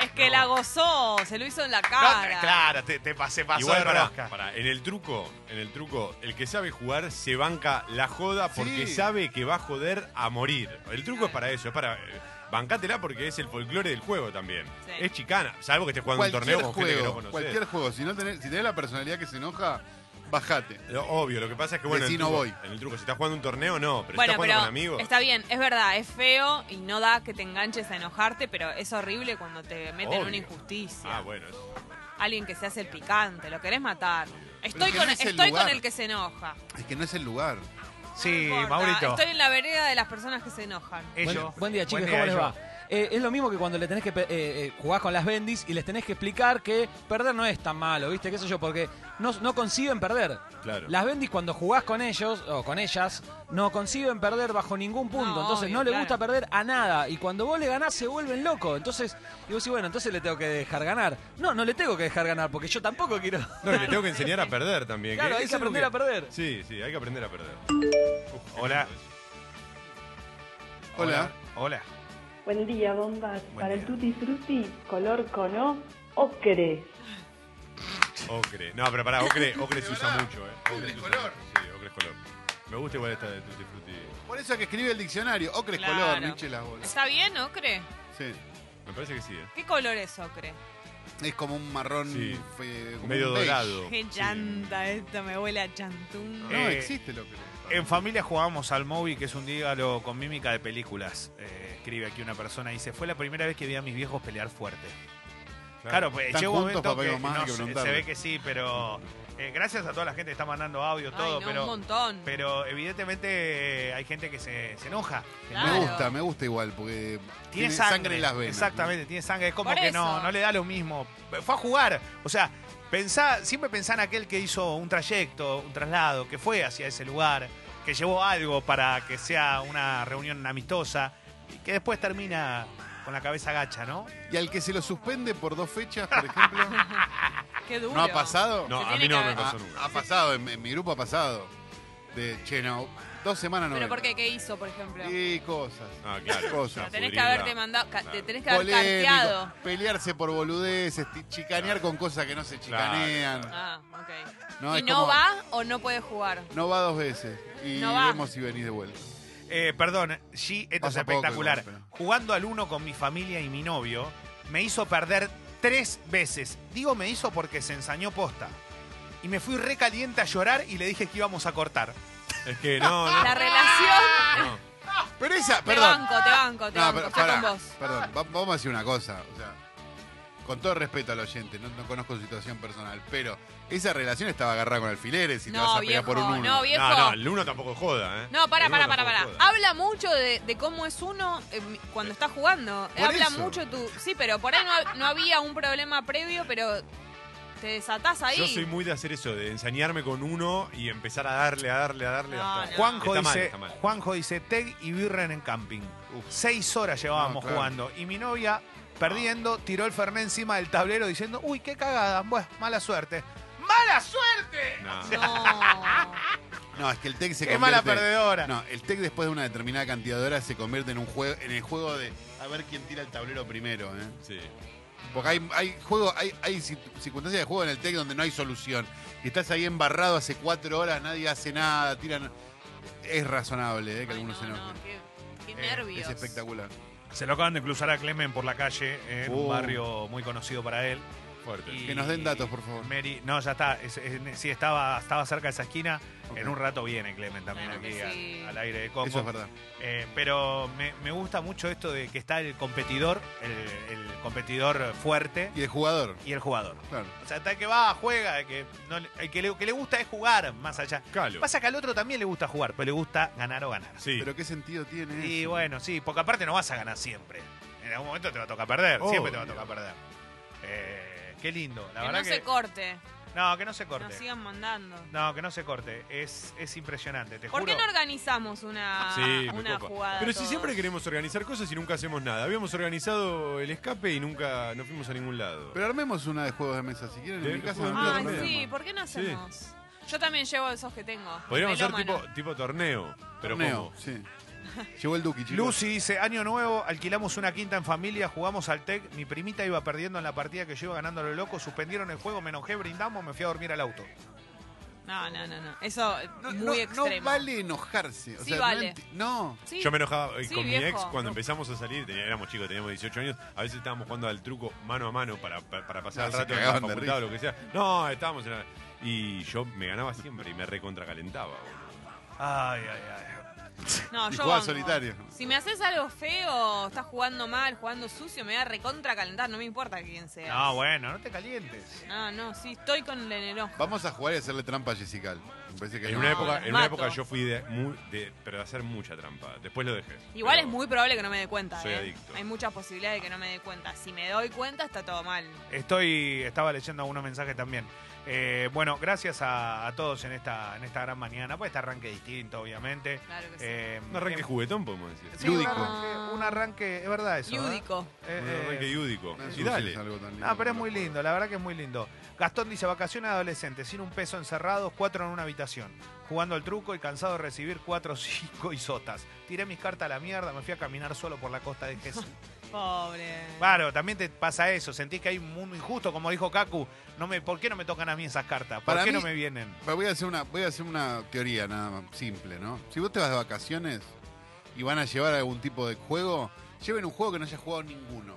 Es que la gozó, se lo hizo en la
No,
cara.
te- claro, te, te pasé, pasó
Igual
de
para,
rosca.
en el truco, en el truco, el que sabe jugar se banca la joda porque
Sí.
sabe que va a joder a morir. El truco es para eso, es para eh, bancátela porque es el folclore del juego también.
Sí.
Es chicana, salvo que estés jugando un
Cualquier
torneo con gente que no
juego,
conoces.
cualquier juego. Si, no tenés, si tenés la personalidad que se enoja, bajate.
Lo- Obvio, lo que pasa es que bueno, en
Decí
el,
no
truco,
voy.
en el truco, si estás jugando un torneo, no, pero si
Bueno,
estás jugando
pero
con amigos.
está bien, es verdad, es feo y no da que te enganches a enojarte, pero es horrible cuando te meten
Obvio.
una injusticia.
Ah, bueno, eso.
Alguien que se hace el picante, lo querés matar.
es
Estoy,
que
con,
no es el
estoy
lugar.
con el que se enoja.
Es que no es el lugar.
Sí,
No importa,
Maurito.
Estoy en la vereda de las personas que se enojan.
Ello.
Buen, buen día, chicos.
Buen
¿Cómo les
ello.
va? Eh, es lo mismo que cuando le tenés que pe- eh, eh, jugás con las bendis y les tenés que explicar que perder no es tan malo, ¿viste? ¿Qué sé yo? Porque no, no conciben perder.
Claro.
Las bendis cuando jugás con ellos o con ellas no conciben perder bajo ningún punto.
No,
entonces
obvio,
no le
claro.
gusta perder a nada. Y cuando vos le ganás se vuelven locos. Entonces, y vos decís, bueno, entonces le tengo que dejar ganar. No, no le tengo que dejar ganar porque yo tampoco quiero.
No, y le tengo que enseñar a perder también.
Claro, hay
eso
que
es lo
aprender a perder.
Sí, sí, hay que aprender a perder. Uf, qué
Hola.
lindo
Hola.
Hola.
Buen día, bombas.
Buen
Para
Para el
el
día.
tutti frutti, color cono, ocre.
eso. Ocre. No, pero pará, Ocre,
[laughs]
ocre se usa
verdad.
mucho, ¿eh?
Ocre
se
es
usa
color.
mucho, Sí, Ocre es color. Me gusta igual esta de Tutti Frutti.
Por eso es que escribe el diccionario. Ocre es
Claro.
color, no hinche las bolas.
¿Está bien, ocre?
Sí.
Me parece que sí, ¿eh?
¿Qué color es ocre?
Es como un marrón
Sí.
fe- como
Medio
un beige.
dorado.
Qué llanta esta, me huele a chantún.
No,
Eh,
existe lo que.
En familia jugábamos al móvil, que es un dígalo con mímica de películas. Eh, escribe aquí una persona. Dice, fue la primera vez que vi a mis viejos pelear fuerte. Claro, pues
Están
llega un
juntos,
momento
papá y
que
mamá, hay
no
que
sé, se
preguntarle.
ve que sí, pero eh, gracias a toda la gente que está mandando audio,
Ay,
todo,
no, un
pero,
montón.
pero evidentemente eh, hay gente que se, se enoja. que no-
Me
Claro.
gusta, me gusta igual, porque tiene, sangre. en las venas.
Exactamente, tiene sangre. Es como
Por
que no,
eso.
no le da lo mismo. Fue a jugar. O sea, pensá, siempre pensá en aquel que hizo un trayecto, un traslado, que fue hacia ese lugar, que llevó algo para que sea una reunión amistosa y que después termina con la cabeza gacha, ¿no?
Y al que se lo suspende por dos fechas, por
[laughs]
ejemplo,
Qué duro.
¿no ha pasado?
No,
Se
a
tiene
mí no
que
me
haber-
pasó
Ha,
nunca.
ha pasado, en, en mi grupo ha pasado. De, che, no, dos semanas no.
¿Pero
vengo.
por qué? ¿Qué hizo, por ejemplo?
Y cosas.
Ah, claro.
Cosas.
Pero tenés que
pudrirla.
haberte mandado, ca- te tenés que haber
Polémico,
carteado.
pelearse por boludeces, ti- chicanear con cosas que no se
Claro,
chicanean.
Ah, ok.
No,
¿Y
es
no
como-
va o no puede jugar?
No va dos veces. Y
No va.
vemos si venís de vuelta.
Eh, perdón, sí, esto es
Pasa poco
espectacular.
igual, pero-
Jugando al uno con mi familia y mi novio, me hizo perder tres veces. Digo me hizo porque se ensañó posta. Y me fui recaliente a llorar y le dije que íbamos a cortar.
Es que no, no.
La relación.
no.
Pero esa,
Te
perdón.
banco, te banco, te
No,
banco.
pero
Estoy
pará,
con vos.
perdón, va- vamos a decir una cosa, o sea, con todo respeto al oyente, no, no conozco su situación personal, pero esa relación estaba agarrada con alfileres y te vas
No,
a pegar
viejo.
por un uno.
No, viejo.
No, no, el uno tampoco joda, ¿eh?
No, para,
El uno
para, para, para.
tampoco joda.
Habla mucho de, de cómo es uno eh, cuando está jugando. Eh,
Por
Habla
eso.
mucho tu. Sí, pero por ahí no, ha- no había un problema previo, pero te desatás ahí.
Yo soy muy de hacer eso, de ensañarme con uno y empezar a darle, a darle, a darle.
No,
hasta-
[laughs]
no.
Juanjo
Está mal,
dice,
está mal.
Juanjo dice, Teg y Birren en camping. Seis horas llevábamos
No, claro.
jugando. Y mi novia, perdiendo, tiró el Fernet encima del tablero diciendo, uy, qué cagada, bueno, mala suerte. ¡Mala suerte!
No.
No.
No, es que el tech se
¡Qué
convierte...
mala perdedora!
No, el tech después de una determinada cantidad de horas se convierte en un juego, en el juego de a ver quién tira el tablero primero, ¿eh?
Sí.
Porque hay, hay juego, hay, hay cir- circunstancias de juego en el tech donde no hay solución. Y estás ahí embarrado hace cuatro horas, nadie hace nada, tiran. Es razonable, ¿eh? que
Ay,
algunos
no,
se
no,
enojen.
qué, qué
es
nervios.
es espectacular.
Se lo acaban de cruzar a Clemen por la calle, eh, en
Oh.
un barrio muy conocido para él.
Fuerte.
Y-
Que nos den datos, por favor.
Meri- no, ya está. Es- es- sí, estaba, estaba cerca de esa esquina. En un rato viene Clemen también
Claro
aquí
que
al-
sí.
al, aire de Congo.
Eso es verdad.
Eh, pero me, me gusta mucho esto de que está el competidor, el, el competidor fuerte
Y el jugador.
y el jugador.
Claro.
O sea, está el que va, juega, el que, no le- el que le, que le gusta es jugar más allá.
Calo.
Pasa que al otro también le gusta jugar, pero le gusta ganar o ganar.
Sí.
Pero qué sentido tiene
Y
eso?
bueno, sí, porque aparte no vas a ganar siempre. En algún momento te va a tocar perder,
Obvio.
siempre te va a tocar perder. Eh, qué lindo, la
que
verdad
no
que.
se corte,
no, que no se
nos
corte.
sigan mandando.
No, que no se corte. Es, es impresionante, te
¿Por
juro.
qué no organizamos una,
Sí, me
una
copa.
jugada?
Pero si
todos?
siempre queremos organizar cosas y nunca hacemos nada. Habíamos organizado el escape y nunca nos fuimos a ningún lado.
Pero armemos una de juegos de mesa, si quieren.
Sí,
En mi casa
pues,
no
ah,
tengo
Ay,
Programa.
problema.
sí, ¿por qué no
Sí.
hacemos? Yo también llevo esos que tengo.
Podríamos hacer
melómano.
tipo, tipo torneo. Pero
Torneo,
¿cómo?
sí. Llegó el Duki, chicos.
Lucy dice, año nuevo, alquilamos una quinta en familia, jugamos al TEC, mi primita iba perdiendo en la partida que yo iba ganando a lo loco, suspendieron el juego, me enojé, brindamos, me fui a dormir al auto.
No, no, no, no. Eso
No,
muy
no- no
extremo.
vale enojarse. O
Sí
sea, no
vale.
enti- No,
Sí.
Yo me enojaba eh,
Sí,
con mi
viejo.
ex cuando
No.
empezamos a salir, tenía- éramos chicos, teníamos 18 años, a veces estábamos jugando al truco mano a mano para, para, para pasar
No,
el
se
rato en la
cagaban de
facultad o
risa.
lo que sea. No, estábamos en la- Y yo me ganaba siempre y me recontracalentaba. boludo.
Ay, ay, ay.
No,
Y
yo
juega
banco.
solitario.
Si me haces algo feo, estás jugando mal, jugando sucio, me da recontra calentar, no me importa quién sea.
No, bueno, no te calientes.
No, no, sí, estoy con el enerón.
vamos a jugar y hacerle trampa a Jessica. Me parece que
En,
no.
una
No,
época,
los
en una
mato.
época yo fui de, mu- de- pero de hacer mucha trampa. Después lo dejé.
Igual
Pero-
es muy probable que no me dé cuenta.
Soy
¿eh?
adicto.
Hay muchas posibilidades de que no me dé cuenta. Si me doy cuenta, está todo mal.
Estoy, estaba leyendo algunos mensajes también. Eh, bueno, gracias a, a todos en esta, en esta gran mañana, pues este arranque distinto, obviamente.
Claro que sí.
Eh,
Un arranque
em-
juguetón, podemos decir.
Sí, un
Lúdico.
arranque- Un arranque, es verdad eso. ¿eh?
Lúdico.
Eh,
Un
eh,
arranque iúdico.
No
Y
ensucies
dale.
algo tan lindo
No, Ah, pero es
como
muy
lo juego.
lindo, la verdad que es muy lindo. Gastón dice, vacaciones adolescentes, sin un peso encerrados, cuatro en una habitación, jugando al truco y cansado de recibir cuatro, [laughs] cinco y sotas. Tiré mis cartas a la mierda, me fui a caminar solo por la costa de Jesús.
¿eh?
Pobre.
claro, también te pasa eso, sentís que hay un mundo injusto, como dijo Kaku, no me, ¿por qué no me tocan a mí esas cartas? ¿Por
Para
qué
mí-
no me vienen?
Pero Voy a, hacer una, voy a hacer una teoría nada más, simple, ¿no? Si vos te vas de vacaciones y van a llevar algún tipo de juego, lleven un juego que no haya jugado ninguno.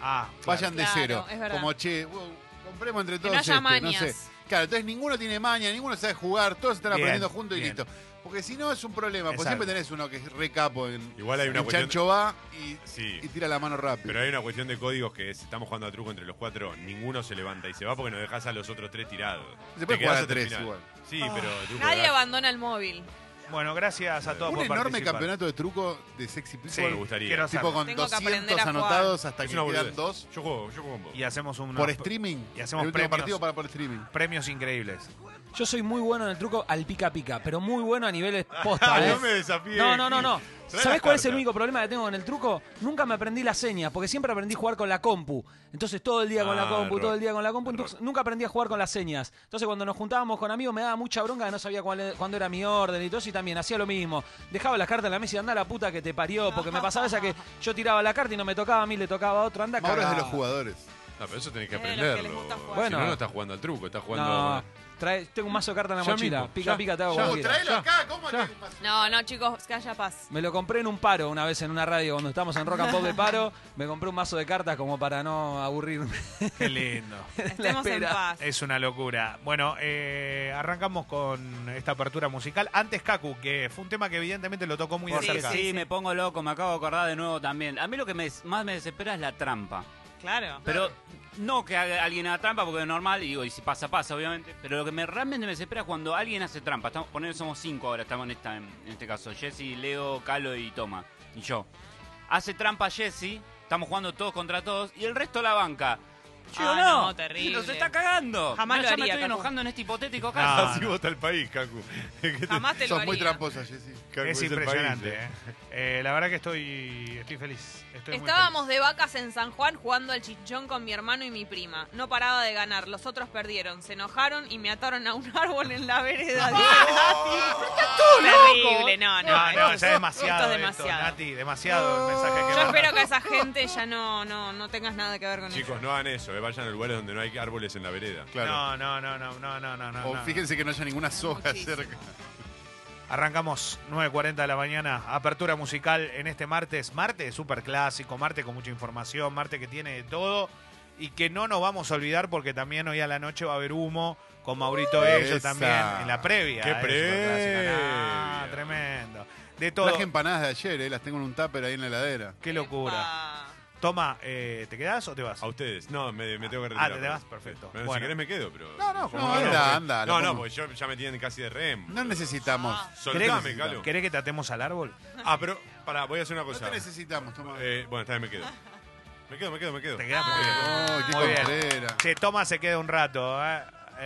Ah, claro.
Vayan de
Claro,
cero.
es verdad.
Como, che, wow, compremos entre
Que
todos
no haya
este, no
mañas.
sé. Claro, entonces ninguno tiene maña, ninguno sabe jugar, todos están
Bien,
aprendiendo juntos y
bien.
listo. Porque si no es un problema, porque
Exacto.
siempre tenés uno que es recapo en
Igual hay una
el
cuestión-
chancho va y,
Sí.
y tira la mano rápido.
Pero hay una cuestión de códigos que es, estamos jugando a truco entre los cuatro, ninguno se levanta y se va porque nos dejas a los otros tres tirados.
Se
Te
puede
quedás
jugar a
hasta el
tres
final.
igual.
Sí, pero el truco
Ah. Nadie
de gas-
abandona el móvil.
Bueno, gracias a todos
Un
por
enorme
participar.
campeonato de truco de sexy people.
Sí,
Me gustaría.
quiero
Tipo
hacerlo.
con
Tengo que aprender
200
a jugar.
anotados hasta
Es
que
una
quedan
boludez.
dos.
Yo juego, yo juego con vos.
Y hacemos un
por streaming.
y hacemos
el último
premios.
partido para por streaming.
premios increíbles.
Yo soy muy bueno en el truco al pica pica, pero muy bueno a niveles posta.
Ah, [laughs]
¿eh?
no me desafíes.
No, no, no, no.
Trae
¿Sabés
las
cuál es el
cartas.
único problema que tengo con el truco? Nunca me aprendí las señas, porque siempre aprendí a jugar con la compu. Entonces todo el día con
Ah,
la compu,
error.
todo el día con la compu,
Error.
entonces nunca aprendí a jugar con las señas. Entonces cuando nos juntábamos con amigos me daba mucha bronca que no sabía cuál, e- cuándo era mi orden y todo eso, y también hacía lo mismo. Dejaba las cartas en la mesa y andá la puta que te parió, porque me pasaba esa que yo tiraba la carta y no me tocaba a mí, le tocaba a otro, anda
Mauro es de
cagá.
los jugadores.
No, pero eso tenés que
Es de los que les
aprenderlo.
gusta jugar.
Bueno.
Si no, no estás jugando al truco, estás jugando.
No, trae- tengo un mazo de cartas en la
Ya
mochila.
mismo,
pica
ya,
pica te hago
ya.
cualquiera.
Tráelo Uh, acá, ¿cómo
ya.
te-
No, no, chicos, que
[laughs]
haya paz.
Me lo compré en un paro una vez en una radio cuando estábamos en Rock and Pop de paro. Me compré un mazo de cartas como para no aburrirme.
[laughs]
Qué lindo.
Estemos en
espera.
paz.
Es una locura. Bueno, eh, arrancamos con esta apertura musical. Antes Kaku, que fue un tema que evidentemente lo tocó muy de
Porque
cerca.
Sí,
cerca.
sí, me pongo loco, me acabo de acordar de nuevo también. A mí lo que me- más me desespera es la trampa.
[laughs]
Claro.
Pero no que haga- alguien haga trampa, porque es normal, y digo, y si pasa, pasa, obviamente. Pero lo que me, realmente me desespera es cuando alguien hace trampa. Estamos, ponele, somos cinco ahora, estamos en, esta, en, en este caso. Jesse, Leo, Calo y Toma. Y yo. Hace trampa Jesse, estamos jugando todos contra todos, y el resto la banca. Yo
Ah,
no,
no, terrible.
nos está cagando.
Jamás
Me-
lo
ya
haría,
me estoy
Cacu.
enojando en este hipotético caso. [laughs]
Ah,
Así
no.
vota el país, Cacu.
Jamás te lo
Sos muy
haría.
tramposa, Jessy.
Cacu
es
el país,
impresionante.
eh.
eh. Eh, la verdad que estoy, estoy feliz. Estoy muy
Estábamos
feliz.
de vacas en San Juan jugando al chichón con mi hermano y mi prima. No paraba de ganar, los otros perdieron, se enojaron y me ataron a un [laughs] árbol en la
[laughs]
vereda.
Oh,
Terrible, no, no.
No, no,
esto-
ya es demasiado.
Esto es
esto,
demasiado.
Nati, demasiado el mensaje que
Yo
manda.
espero que esa gente ya no, no, no tengas nada que ver con
Chicos, no hagan eso, eh, vayan a lugares donde no hay árboles en la vereda.
Claro. Oh,
No, no, no, no, no, no, no, no.
o
no.
fíjense que no haya ninguna soga
Muchísimo.
cerca.
Arrancamos 9.40 de la mañana, apertura musical en este martes. Martes súper clásico, martes con mucha información, martes que tiene de todo. y que no nos vamos a olvidar porque también hoy a la noche va a haber humo con Maurito Ello
Esa.
también en la previa.
¡Qué
eh,
previa!
Ah, tremendo. De todo.
Traje empanadas de ayer, eh, las tengo en un tupper ahí en la heladera.
Qué locura. Toma, eh, ¿te quedás o te vas?
A ustedes. No, me, me tengo que
Ah,
retirar.
te vas, perfecto.
Bueno, Si
Bueno.
querés me quedo, pero...
No, no,
Yo-
no, anda,
porque-
anda, lo
No, no,
pongo.
porque yo, ya me tienen casi de rem.
No necesitamos.
Ah. Soltame, Calo.
¿Querés que te atemos al árbol?
Ah, pero, pará, voy a hacer una cosa.
te necesitamos, toma.
Eh, bueno, está
[laughs]
bien, me quedo. Me quedo, Eh, me quedo, me quedo.
Te quedás, me quedo.
qué
Muy bien.
contrera.
Che, Toma se queda un rato. ¿eh?